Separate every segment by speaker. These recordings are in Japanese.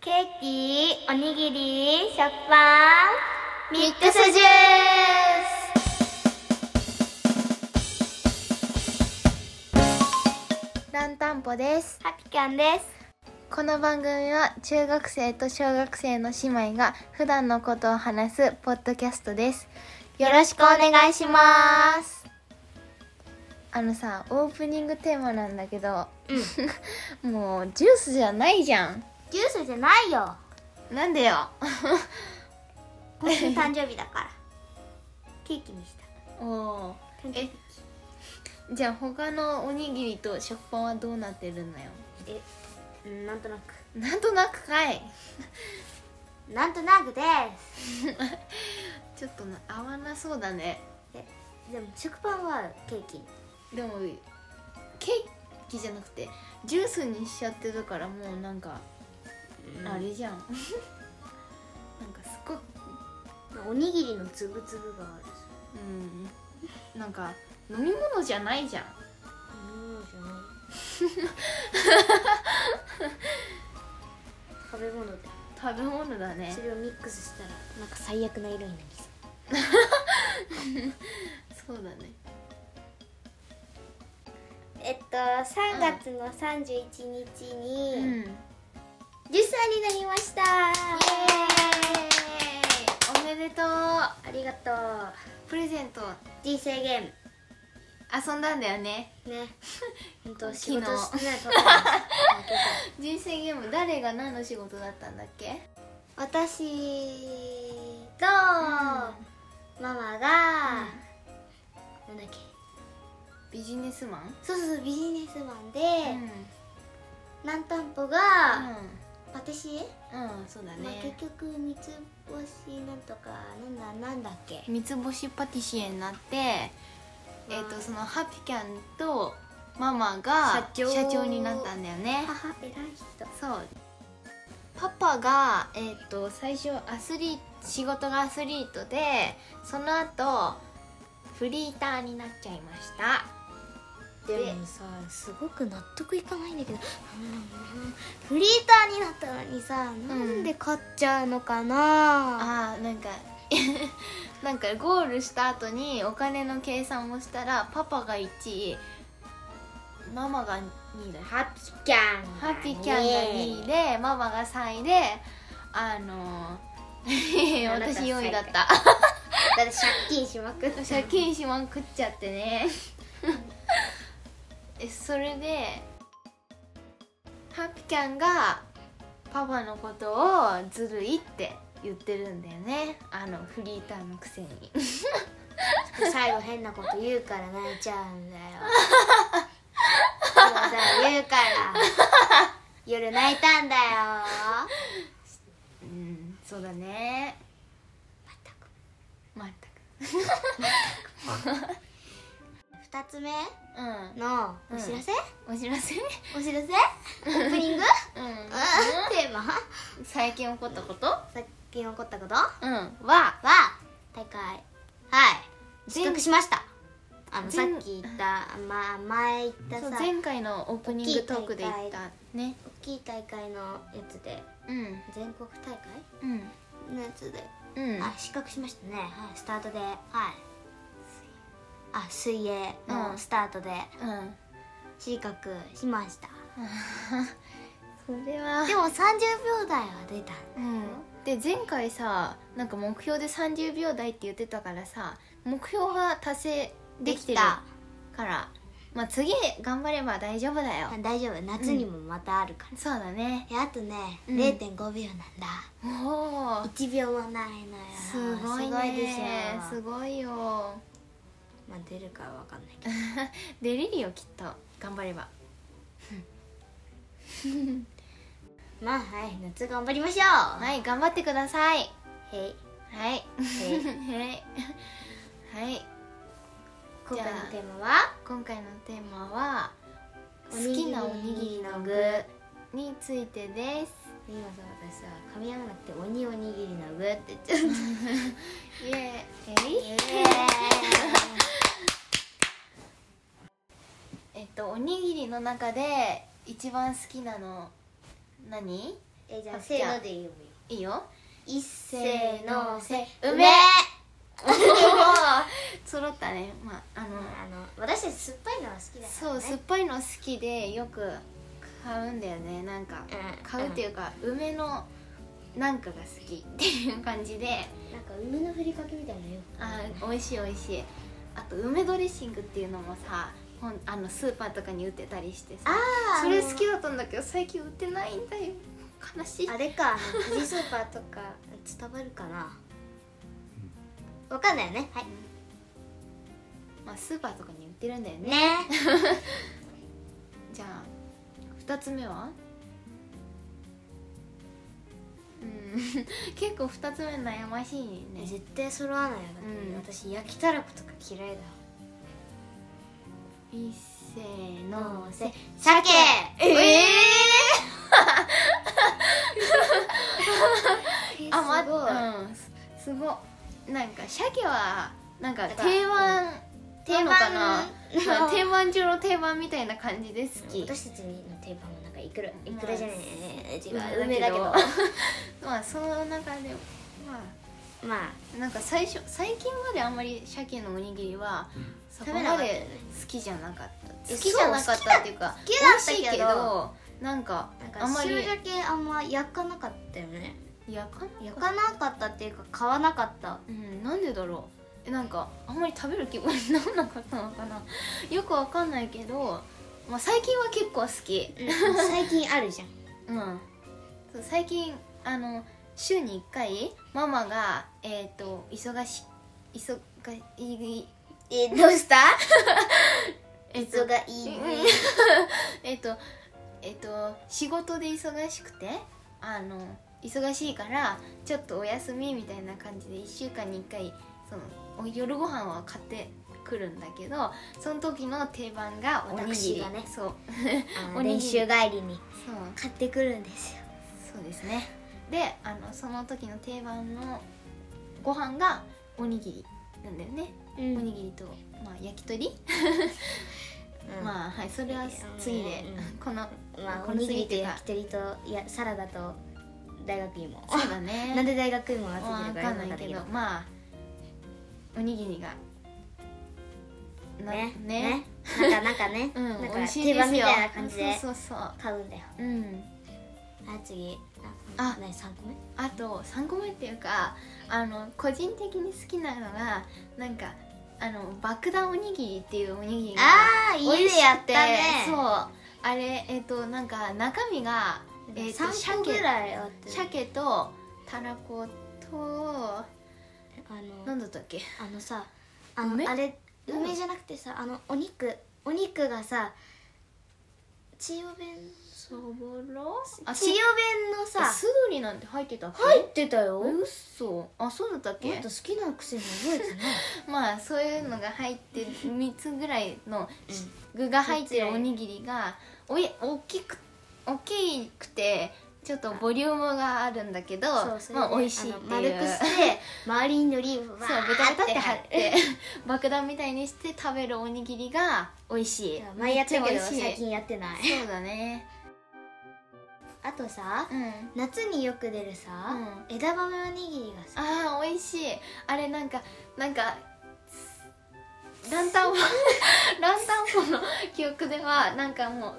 Speaker 1: ケーキ、おにぎり、食パン、ミックスジュー
Speaker 2: ランタンポです
Speaker 1: スハピキャンです。
Speaker 2: この番組は中学生と小学生の姉妹が普段のことを話すポッドキャストです
Speaker 1: よろしくお願いします。
Speaker 2: あのさオープニングテーマなんだけど
Speaker 1: うん。ジュー
Speaker 2: もうジュースじゃないじゃん
Speaker 1: スじゃないよ。
Speaker 2: なんでよ
Speaker 1: 今週誕生日だ から。ケーキにした。
Speaker 2: お お
Speaker 1: 誕生
Speaker 2: え
Speaker 1: 日
Speaker 2: じゃあ他のおにぎりと食パンはどうなってるのよ
Speaker 1: え、うん、なんとなく。
Speaker 2: なんとなくかい
Speaker 1: なんとなくです。
Speaker 2: ちょっとな合わなそうだね
Speaker 1: え、でも食パンはケーキ。
Speaker 2: でもケーキじゃなくてジュースにしちゃってたからもうなんかあれじゃん なんかすごく
Speaker 1: おにぎりのつぶつぶがある。
Speaker 2: うんなんか飲み物じゃないじゃん
Speaker 1: うんじゃない 食べ物で
Speaker 2: 食べ物だね
Speaker 1: それをミックスしたらなんか最悪な色になりそう
Speaker 2: そうだね
Speaker 1: えっと3月の31日に
Speaker 2: う、ん
Speaker 1: 10歳になりました
Speaker 2: おめでとう
Speaker 1: ありがとう
Speaker 2: プレゼント
Speaker 1: 人生ゲ
Speaker 2: 遊んだんだよね
Speaker 1: ーム ね本当
Speaker 2: 昨日
Speaker 1: 仕事して ないことなんです
Speaker 2: 人生ゲーム誰が何の仕事だったんだっけ
Speaker 1: 私と、ママが、なんだっけ
Speaker 2: ビジネスマン
Speaker 1: そうそうそうビジネスマンで、
Speaker 2: う
Speaker 1: なんたんぽが、
Speaker 2: ん
Speaker 1: パティシエ、
Speaker 2: うんそうだ
Speaker 1: まあ、
Speaker 2: ね
Speaker 1: 結局三つ星なんとかなんだなんだっけ
Speaker 2: 三つ星パティシエになって、
Speaker 1: うん
Speaker 2: えっ、とそのハピキャンとママが
Speaker 1: 社長
Speaker 2: になったんだよね
Speaker 1: 母偉い人
Speaker 2: そうパパが、えっと最初アスリ仕事がアスリートでその後フリーターになっちゃいました
Speaker 1: で
Speaker 2: で
Speaker 1: もさすごく納得いかないんだけどフリーターになったのにさなんで勝っちゃうのかな、
Speaker 2: あーなんか なんかゴールした後にお金の計算をしたらパパが1位ママが2位だよ
Speaker 1: ハッピーキャン
Speaker 2: ハッピーキャンが2位
Speaker 1: で
Speaker 2: でママが3位であのー
Speaker 1: あなた
Speaker 2: 私4位だっ
Speaker 1: 最
Speaker 2: た
Speaker 1: だって借金しまくって
Speaker 2: 借金しまくっちゃってね えそれでハッピーキャンがパパのことをずるいって言ってるんだよねあのフリーターのくせに
Speaker 1: 最後変なこと言うから泣いちゃうんだよそうだ言うから夜泣いたんだよ
Speaker 2: うんそうだね全く
Speaker 1: 二つ目
Speaker 2: 全く
Speaker 1: のお知らせ、
Speaker 2: うんお知らせ
Speaker 1: お知らせオープニング
Speaker 2: うん
Speaker 1: テーマ
Speaker 2: 最近起こったこと
Speaker 1: 最近起こったことは
Speaker 2: うんは
Speaker 1: 大会はい
Speaker 2: 全
Speaker 1: 失格しましたあのさ
Speaker 2: 全
Speaker 1: っき言った、まあ、前言った
Speaker 2: そう
Speaker 1: さ
Speaker 2: 前回のオープニングトークで言ったね
Speaker 1: 大きい大会のやつで
Speaker 2: うん
Speaker 1: 全国大会
Speaker 2: うん
Speaker 1: のやつで
Speaker 2: うん
Speaker 1: あ失格しましたね、はい、スタートではいあ水泳のスタートで
Speaker 2: うん
Speaker 1: 失格しました、
Speaker 2: それは
Speaker 1: でも30秒台は出た
Speaker 2: うんで前回さなんか目標で30秒台って言ってたからさ目標が達成できて
Speaker 1: でき
Speaker 2: る
Speaker 1: た
Speaker 2: からまあ次頑張れば大丈夫だよ、
Speaker 1: あ大丈夫夏にもまたあるから、
Speaker 2: そうだね
Speaker 1: えあとね、
Speaker 2: うん
Speaker 1: 0.5秒なんだ
Speaker 2: おおー
Speaker 1: 1秒もないのよ
Speaker 2: すごい
Speaker 1: す
Speaker 2: ね
Speaker 1: ごいでしょ
Speaker 2: すごいよ
Speaker 1: まあ出るかはわかんないけど
Speaker 2: 出れるよきっと頑張れば
Speaker 1: まあはい夏頑張りましょう
Speaker 2: はいい頑張ってください
Speaker 1: はい
Speaker 2: はい
Speaker 1: い
Speaker 2: はいはい
Speaker 1: 今回の
Speaker 2: じゃあ
Speaker 1: テーマは
Speaker 2: 今回のテーマは
Speaker 1: お
Speaker 2: 好
Speaker 1: にぎり
Speaker 2: きなおにぎりの具についてです
Speaker 1: 今さ私さ噛み合わなくて「鬼おにぎりの具」って言っちゃった
Speaker 2: イエ
Speaker 1: え
Speaker 2: ーイえっとおにぎりの中で一番好きなの何
Speaker 1: えじゃあ
Speaker 2: あ
Speaker 1: せーので読むよ
Speaker 2: いいよ
Speaker 1: いっせーのせ
Speaker 2: 梅 おー揃ったねまああの
Speaker 1: あの私たち酸っぱいのは好きだから、ね、
Speaker 2: そう酸っぱいの好きでよく買うんだよねなん
Speaker 1: う
Speaker 2: か
Speaker 1: ん
Speaker 2: 買うっていうか梅のなんかが好きっていう感じで
Speaker 1: なんか梅のふりかけみたいなのよ
Speaker 2: あー美味しい美味しいあと梅ドレッシングっていうのもさほんあのスーパーとかに売ってたりしてさ
Speaker 1: あ
Speaker 2: それ好きだったんだけど最近売ってないんだよ悲しい
Speaker 1: あれか富士スーパーとか伝わるかなわかんないよねはい
Speaker 2: まあスーパーとかに売ってるんだよね
Speaker 1: ね
Speaker 2: じゃあ二つ目はうん 結構二つ目悩ましいね
Speaker 1: 絶対揃わないよ、だって
Speaker 2: うん
Speaker 1: 私焼きたらことか嫌いだ
Speaker 2: いっせーのせ
Speaker 1: 鮭
Speaker 2: え
Speaker 1: え
Speaker 2: あま
Speaker 1: すごい、
Speaker 2: うんすすごいなんか鮭はなんか
Speaker 1: だから
Speaker 2: 定番
Speaker 1: 定番
Speaker 2: なのかな
Speaker 1: の
Speaker 2: うん定番中の定番みたいな感じで好き
Speaker 1: 私たちの定番もなんかいくらい
Speaker 2: うん
Speaker 1: くらじゃない
Speaker 2: まあ
Speaker 1: 違う梅だけど
Speaker 2: まあその中でま
Speaker 1: まあ
Speaker 2: あなんか最初最近まであんまり鮭のおにぎりはそこ
Speaker 1: 食べなかっ
Speaker 2: ま
Speaker 1: たよ
Speaker 2: で
Speaker 1: ね
Speaker 2: 好きじゃなかった
Speaker 1: え
Speaker 2: 好きじゃなかったっていうか
Speaker 1: そう好きだ
Speaker 2: 美味しい
Speaker 1: 好き
Speaker 2: け
Speaker 1: だった
Speaker 2: どなんか
Speaker 1: なん
Speaker 2: あん
Speaker 1: か
Speaker 2: まり
Speaker 1: 塩鮭あんま焼かなかったよね
Speaker 2: 焼かな
Speaker 1: 焼かなかったっていうか買わなかった
Speaker 2: うん、なんでだろうえなんかあんまり食べる気分にならなかったのかなよくわかんないけど、まあ、最近は結構好き
Speaker 1: 最近ある じゃん
Speaker 2: うんそう最近あの週に1回ママがえっ、と忙し忙い
Speaker 1: えどうした
Speaker 2: えっ
Speaker 1: 磯がいいね
Speaker 2: えっとえっと仕事で忙しくてあの忙しいからちょっとお休みみたいな感じで1週間に1回そのお夜ご飯は買ってくるんだけどその時の定番がおにぎり
Speaker 1: 私がね
Speaker 2: そう
Speaker 1: あの
Speaker 2: おに
Speaker 1: 練
Speaker 2: ぎり
Speaker 1: 習帰りに
Speaker 2: そう
Speaker 1: 買ってくるんですよ
Speaker 2: そうですねであのその時の定番のご飯がおにぎりなんだよね、
Speaker 1: お
Speaker 2: おにぎりと、まあ、焼き鳥、
Speaker 1: まあ
Speaker 2: まあはいそれは次で、
Speaker 1: うん
Speaker 2: この
Speaker 1: まあ
Speaker 2: こ
Speaker 1: お
Speaker 2: の
Speaker 1: にぎ
Speaker 2: 次
Speaker 1: り
Speaker 2: っ
Speaker 1: と
Speaker 2: ていう
Speaker 1: 焼
Speaker 2: か
Speaker 1: き鳥といやサラダと大学芋
Speaker 2: そうだ ね
Speaker 1: なんで大学芋がつ
Speaker 2: わ
Speaker 1: いてるかよくわ
Speaker 2: かんない
Speaker 1: かんない
Speaker 2: け
Speaker 1: け
Speaker 2: ど
Speaker 1: ど
Speaker 2: まあおにぎりがな
Speaker 1: ね
Speaker 2: ね
Speaker 1: ねなんかなんかね
Speaker 2: うん
Speaker 1: なん
Speaker 2: 美
Speaker 1: か
Speaker 2: 味しい
Speaker 1: 定
Speaker 2: ですよ
Speaker 1: 番みたいな感じで
Speaker 2: そうそうそう
Speaker 1: 買うんだよ
Speaker 2: うん
Speaker 1: あ次
Speaker 2: あ
Speaker 1: ね三個目
Speaker 2: あと3個目っていうかあの個人的に好きなのがなんかあの爆弾おにぎりっていうおにぎりが
Speaker 1: ああ
Speaker 2: 美味
Speaker 1: 家
Speaker 2: し
Speaker 1: で
Speaker 2: くて
Speaker 1: やったね
Speaker 2: そうあれえっ、となんか中身が、えっと
Speaker 1: 3個ぐらいあって
Speaker 2: 鮭とたらこと
Speaker 1: あの
Speaker 2: 何だったっけ
Speaker 1: あのさあの
Speaker 2: 梅
Speaker 1: あれ
Speaker 2: うん
Speaker 1: 梅じゃなくてさあのお肉お肉がさ千代弁
Speaker 2: そぼろあ
Speaker 1: 千代弁のさ
Speaker 2: 素鶏なんて入ってたっけ
Speaker 1: 入ってたよも
Speaker 2: うっそあそうだったっけ
Speaker 1: っと好きなくせに覚えてない
Speaker 2: まあそういうのが入って3つぐらいの具が入ってるおにぎりがおい大きく大きくてちょっとボリュームが あるんだけど
Speaker 1: それで
Speaker 2: まあ美味しいっていう
Speaker 1: あの丸く して周りにのりをわ
Speaker 2: そう
Speaker 1: ー
Speaker 2: 豚タって貼っ
Speaker 1: る
Speaker 2: て爆弾みたいにして食べるおにぎりが美味しい
Speaker 1: 前やってたけど
Speaker 2: めっちゃ美味しい
Speaker 1: 最近やってない
Speaker 2: そうだね
Speaker 1: あとさ
Speaker 2: うん
Speaker 1: 夏によく出るさ枝豆おにぎりがさ
Speaker 2: あー美味しいあれなんかなんかラン タンポランタンポの記憶ではなんかもう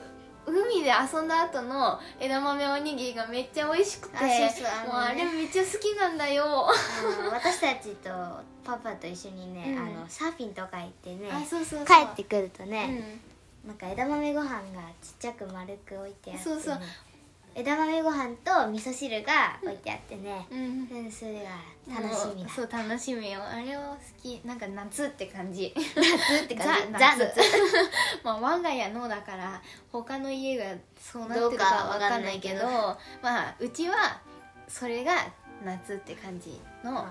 Speaker 2: 海で遊んだ後の枝豆おにぎりがめっちゃ美味しくて
Speaker 1: あそうそうあのね
Speaker 2: もうあれめっちゃ好きなんだよ、
Speaker 1: あの私たちとパパと一緒にね
Speaker 2: うん
Speaker 1: あのサーフィンとか行ってね
Speaker 2: あそうそうそう
Speaker 1: 帰ってくるとね、なんか枝豆ご飯がちっちゃく丸く置いてあって、ね、
Speaker 2: そうそう
Speaker 1: 枝豆ご飯と味噌汁が置いてあってね、
Speaker 2: うん、うん
Speaker 1: うん、それが楽しみだ
Speaker 2: そう楽しみよあれは好きなんか夏って感じ
Speaker 1: 夏って感じ
Speaker 2: ザ
Speaker 1: ザ
Speaker 2: 夏
Speaker 1: 夏
Speaker 2: まあ我が家のだから他の家がそうなって
Speaker 1: ど
Speaker 2: る
Speaker 1: う
Speaker 2: か
Speaker 1: か
Speaker 2: わ
Speaker 1: わ
Speaker 2: か
Speaker 1: か
Speaker 2: ん
Speaker 1: んな
Speaker 2: な
Speaker 1: いい
Speaker 2: け
Speaker 1: け
Speaker 2: ど
Speaker 1: ど
Speaker 2: まあうちはそれが夏って感じの、
Speaker 1: あ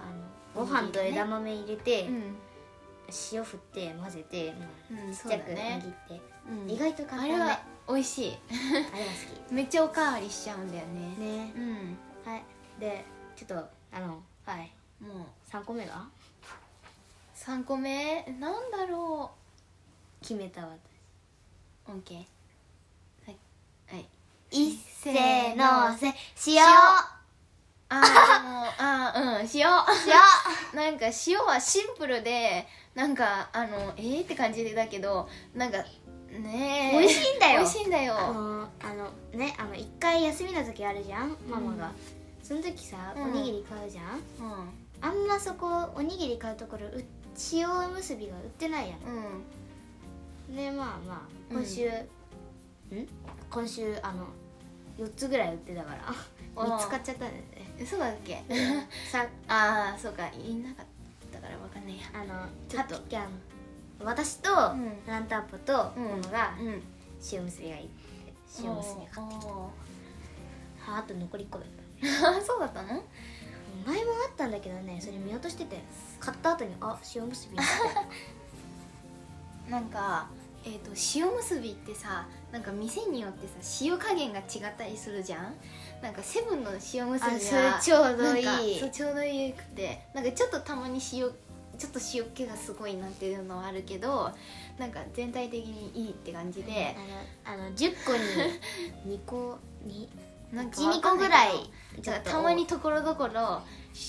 Speaker 1: のご飯と枝豆入れて、
Speaker 2: うん、
Speaker 1: 塩振って混ぜて、
Speaker 2: うん
Speaker 1: ちっちゃく
Speaker 2: そうだね
Speaker 1: 握って、
Speaker 2: うん
Speaker 1: 意外と簡
Speaker 2: あ
Speaker 1: 単
Speaker 2: れ
Speaker 1: ねあれ
Speaker 2: は美味し
Speaker 1: が
Speaker 2: いめっちゃおかわりしちゃうんだよ
Speaker 1: 好き
Speaker 2: ね
Speaker 1: ね
Speaker 2: うん
Speaker 1: はいでちょっとあのはい
Speaker 2: もう
Speaker 1: 3個目が
Speaker 2: 3個目なんだろ
Speaker 1: 決めたわ
Speaker 2: う OK はいはい
Speaker 1: いっ
Speaker 2: せ
Speaker 1: せのせ
Speaker 2: 塩
Speaker 1: 塩
Speaker 2: あーでもあーうん塩
Speaker 1: 塩
Speaker 2: なんか塩はシンプルでなんかあのえー、って感じだけどなんかねえ
Speaker 1: 美味しいんだよ
Speaker 2: 美味しいんだよ
Speaker 1: あのあのねあの一回休みの時あるじゃんママが、
Speaker 2: うん
Speaker 1: その時さ
Speaker 2: うん
Speaker 1: おにぎり買うじゃん、
Speaker 2: うん
Speaker 1: あんまそこおにぎり買うところう塩むすびが売ってないや
Speaker 2: うん
Speaker 1: んでまあまあ
Speaker 2: うん
Speaker 1: 今週、ん今週あの4つぐらい売ってたから
Speaker 2: あー
Speaker 1: 3つ買っちゃったんだよね
Speaker 2: えそうだっけ
Speaker 1: さ
Speaker 2: ああそうか言いなかったからわかんないや
Speaker 1: あの
Speaker 2: ちょ
Speaker 1: ハ
Speaker 2: っと
Speaker 1: ッピーキャン私と、
Speaker 2: ん
Speaker 1: ランタンポとマ
Speaker 2: うん
Speaker 1: マが
Speaker 2: うん
Speaker 1: 塩むすびがいいって塩むすびが
Speaker 2: おーお
Speaker 1: はあと残り1個だった
Speaker 2: ー そうだったの
Speaker 1: 前もあったんだけどねそれ見落としてて買った後にあ塩むすび
Speaker 2: なんかえー、と塩むすびってさなんか店によってさ塩加減が違ったりするじゃんなんかセブンの塩むすびは
Speaker 1: ちょう
Speaker 2: なんかそうちょうどいいくてなんかちょっとたまに塩ちょっと塩気がすごいなんていうのはあるけどなんか全体的にいいって感じ で、
Speaker 1: あのあの10個に 2個に
Speaker 2: なんか
Speaker 1: 12個ぐらい
Speaker 2: じゃあたまにところどころ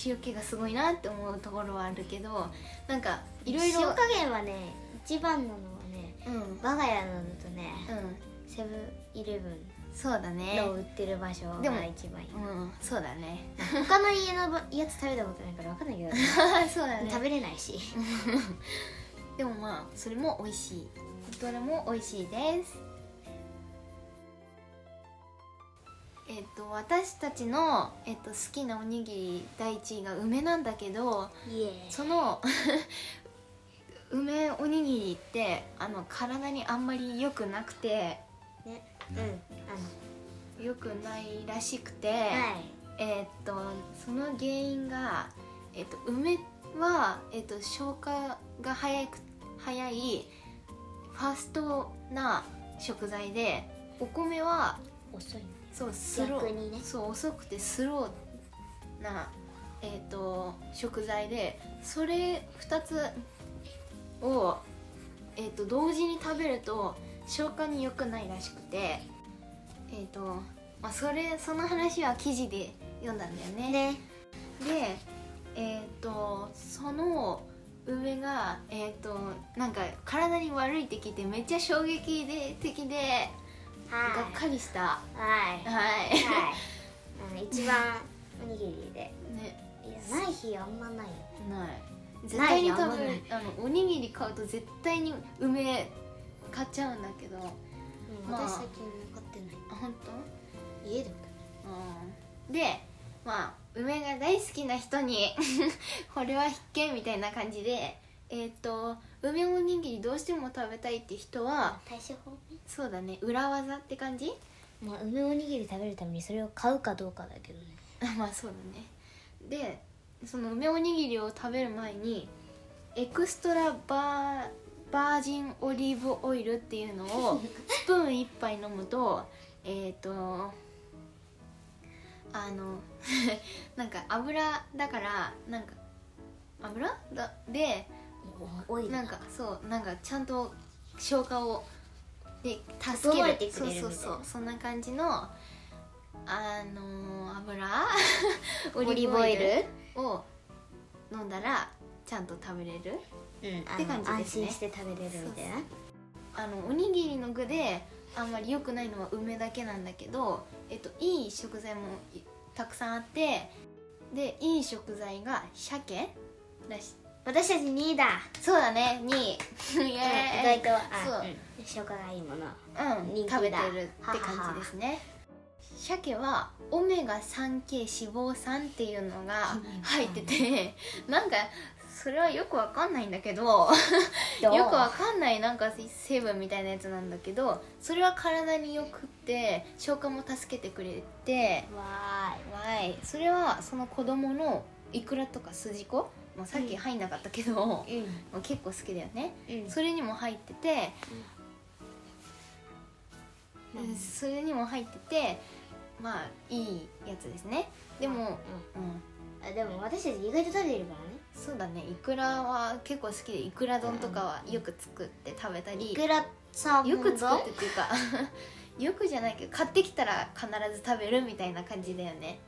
Speaker 2: 塩気がすごいなって思うところはあるけどなんかい
Speaker 1: い
Speaker 2: ろ
Speaker 1: ろ
Speaker 2: い
Speaker 1: い
Speaker 2: ろ
Speaker 1: ろ塩加減はね一番なのはね
Speaker 2: うん、うん、
Speaker 1: 我が家なのとねセブンイレブン
Speaker 2: そうだね
Speaker 1: の売ってる場所が
Speaker 2: でも
Speaker 1: 一番いい
Speaker 2: うんそうだ ね
Speaker 1: 他の家のばやつ食べたことないから分かんないけ ど、
Speaker 2: そうだね
Speaker 1: 食べれないし
Speaker 2: でもまあそれも美味しいどれも美味しいですえっと私たちの、えっと、好きなおにぎり第1位が梅なんだけど
Speaker 1: いえ
Speaker 2: その梅おにぎりってあの体にあんまり良くなくて
Speaker 1: ねうんあの
Speaker 2: 良くないらしくて、
Speaker 1: はい
Speaker 2: えーっとその原因が、えーっと梅は、えーっと消化が早く早いファーストな食材でお米は
Speaker 1: 遅い
Speaker 2: そうスロ
Speaker 1: 逆
Speaker 2: ー
Speaker 1: にね
Speaker 2: そう遅くてスローな、えーっと食材でそれ2つを、えーっと同時に食べると消化に良くないらしくてえーっと、まあ、それその話は記事で読んだんだよね。
Speaker 1: ね
Speaker 2: でえっ、とその梅がえっ、となんか体に悪いって聞いてめっちゃ衝撃で的で
Speaker 1: はい
Speaker 2: がっかりした
Speaker 1: はいは
Speaker 2: はい、
Speaker 1: い、うん、一番おにぎりで
Speaker 2: ね
Speaker 1: いやない日あんまないよ
Speaker 2: ない絶対に
Speaker 1: ない
Speaker 2: 食
Speaker 1: よ
Speaker 2: べるあのおにぎり買うと絶対に梅買っちゃうんだけど
Speaker 1: うん
Speaker 2: まあ
Speaker 1: 私最近買ってない
Speaker 2: あ本当
Speaker 1: 家で
Speaker 2: うんでまあ梅が大好きな人に これは必見みたいな感じでえっ、と梅おにぎりどうしても食べたいって人は
Speaker 1: 対処法
Speaker 2: そうだね裏技って感じ
Speaker 1: まあ梅おにぎり食べるためにそれを買うかどうかだけどね
Speaker 2: まあそうだねでその梅おにぎりを食べる前にエクストラバーバージンオリーブオイルっていうのをスプーン一杯飲むとえっ、とあの なんか油だからなんか油だで
Speaker 1: おい
Speaker 2: なんかそうなんかちゃんと消化をで助
Speaker 1: 整
Speaker 2: け
Speaker 1: え
Speaker 2: る
Speaker 1: てくれるみたいな
Speaker 2: そうそうそうそんな感じのあのー油
Speaker 1: オ
Speaker 2: オ
Speaker 1: リ ーブオイル
Speaker 2: を飲んだらちゃんと食べれる
Speaker 1: うん
Speaker 2: って感じですね
Speaker 1: 安心して食べれるみたいな
Speaker 2: あのおにぎりの具であんまり良くないのは梅だけなんだけど、えっと、いい食材もいたくさんあってでいい食材が鮭だし
Speaker 1: 私たち2位だ
Speaker 2: そうだね2 位イ
Speaker 1: 意
Speaker 2: エー
Speaker 1: 外
Speaker 2: イ
Speaker 1: とあ
Speaker 2: そう
Speaker 1: うん消化がいいもの
Speaker 2: うん、
Speaker 1: 人気だ
Speaker 2: 食べてるって感じですね鮭はオメガ 3K 脂肪酸っていうのが入っててなんかそれはよくわかんないんだけどよくわかんないなんか成分みたいなやつなんだけどそれは体によくって消化も助けてくれて
Speaker 1: わ
Speaker 2: わいそれはその子供のイクラとか筋子、まあ、さっ
Speaker 1: うん
Speaker 2: き入んなかったけど、も
Speaker 1: ーいうん
Speaker 2: う結構好きだよね
Speaker 1: うん
Speaker 2: それにも入ってて、
Speaker 1: うん
Speaker 2: うんそれにも入っててまあいいやつですねでも、うん、
Speaker 1: うんあでも私たち意外と食べてるからね
Speaker 2: そうだねイクラは結構好きでイクラ丼とかはよく作って食べたり、
Speaker 1: いくらサーモン
Speaker 2: よく
Speaker 1: 丼
Speaker 2: 作ってっていうかよくじゃないけど買ってきたら必ず食べるみたいな感じだよね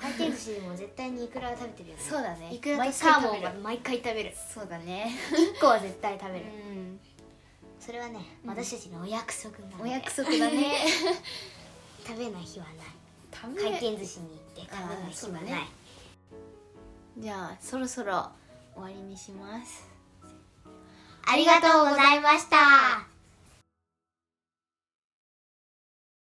Speaker 1: 回転寿司でも絶対にイクラは食べてるよね
Speaker 2: そうだね
Speaker 1: イクラと
Speaker 2: 毎
Speaker 1: サー
Speaker 2: 回
Speaker 1: モ
Speaker 2: 食べ
Speaker 1: ンは
Speaker 2: る
Speaker 1: 毎回食べる
Speaker 2: そうだね
Speaker 1: 1個は絶対食べる
Speaker 2: うん
Speaker 1: それはね
Speaker 2: うん
Speaker 1: 私たちのお約束なの
Speaker 2: お
Speaker 1: で
Speaker 2: 約束だね
Speaker 1: 食べない日はない
Speaker 2: 食
Speaker 1: 回転寿司に行って食べない日はない
Speaker 2: あじゃあそろそろ終わりにします
Speaker 1: ありがとうございました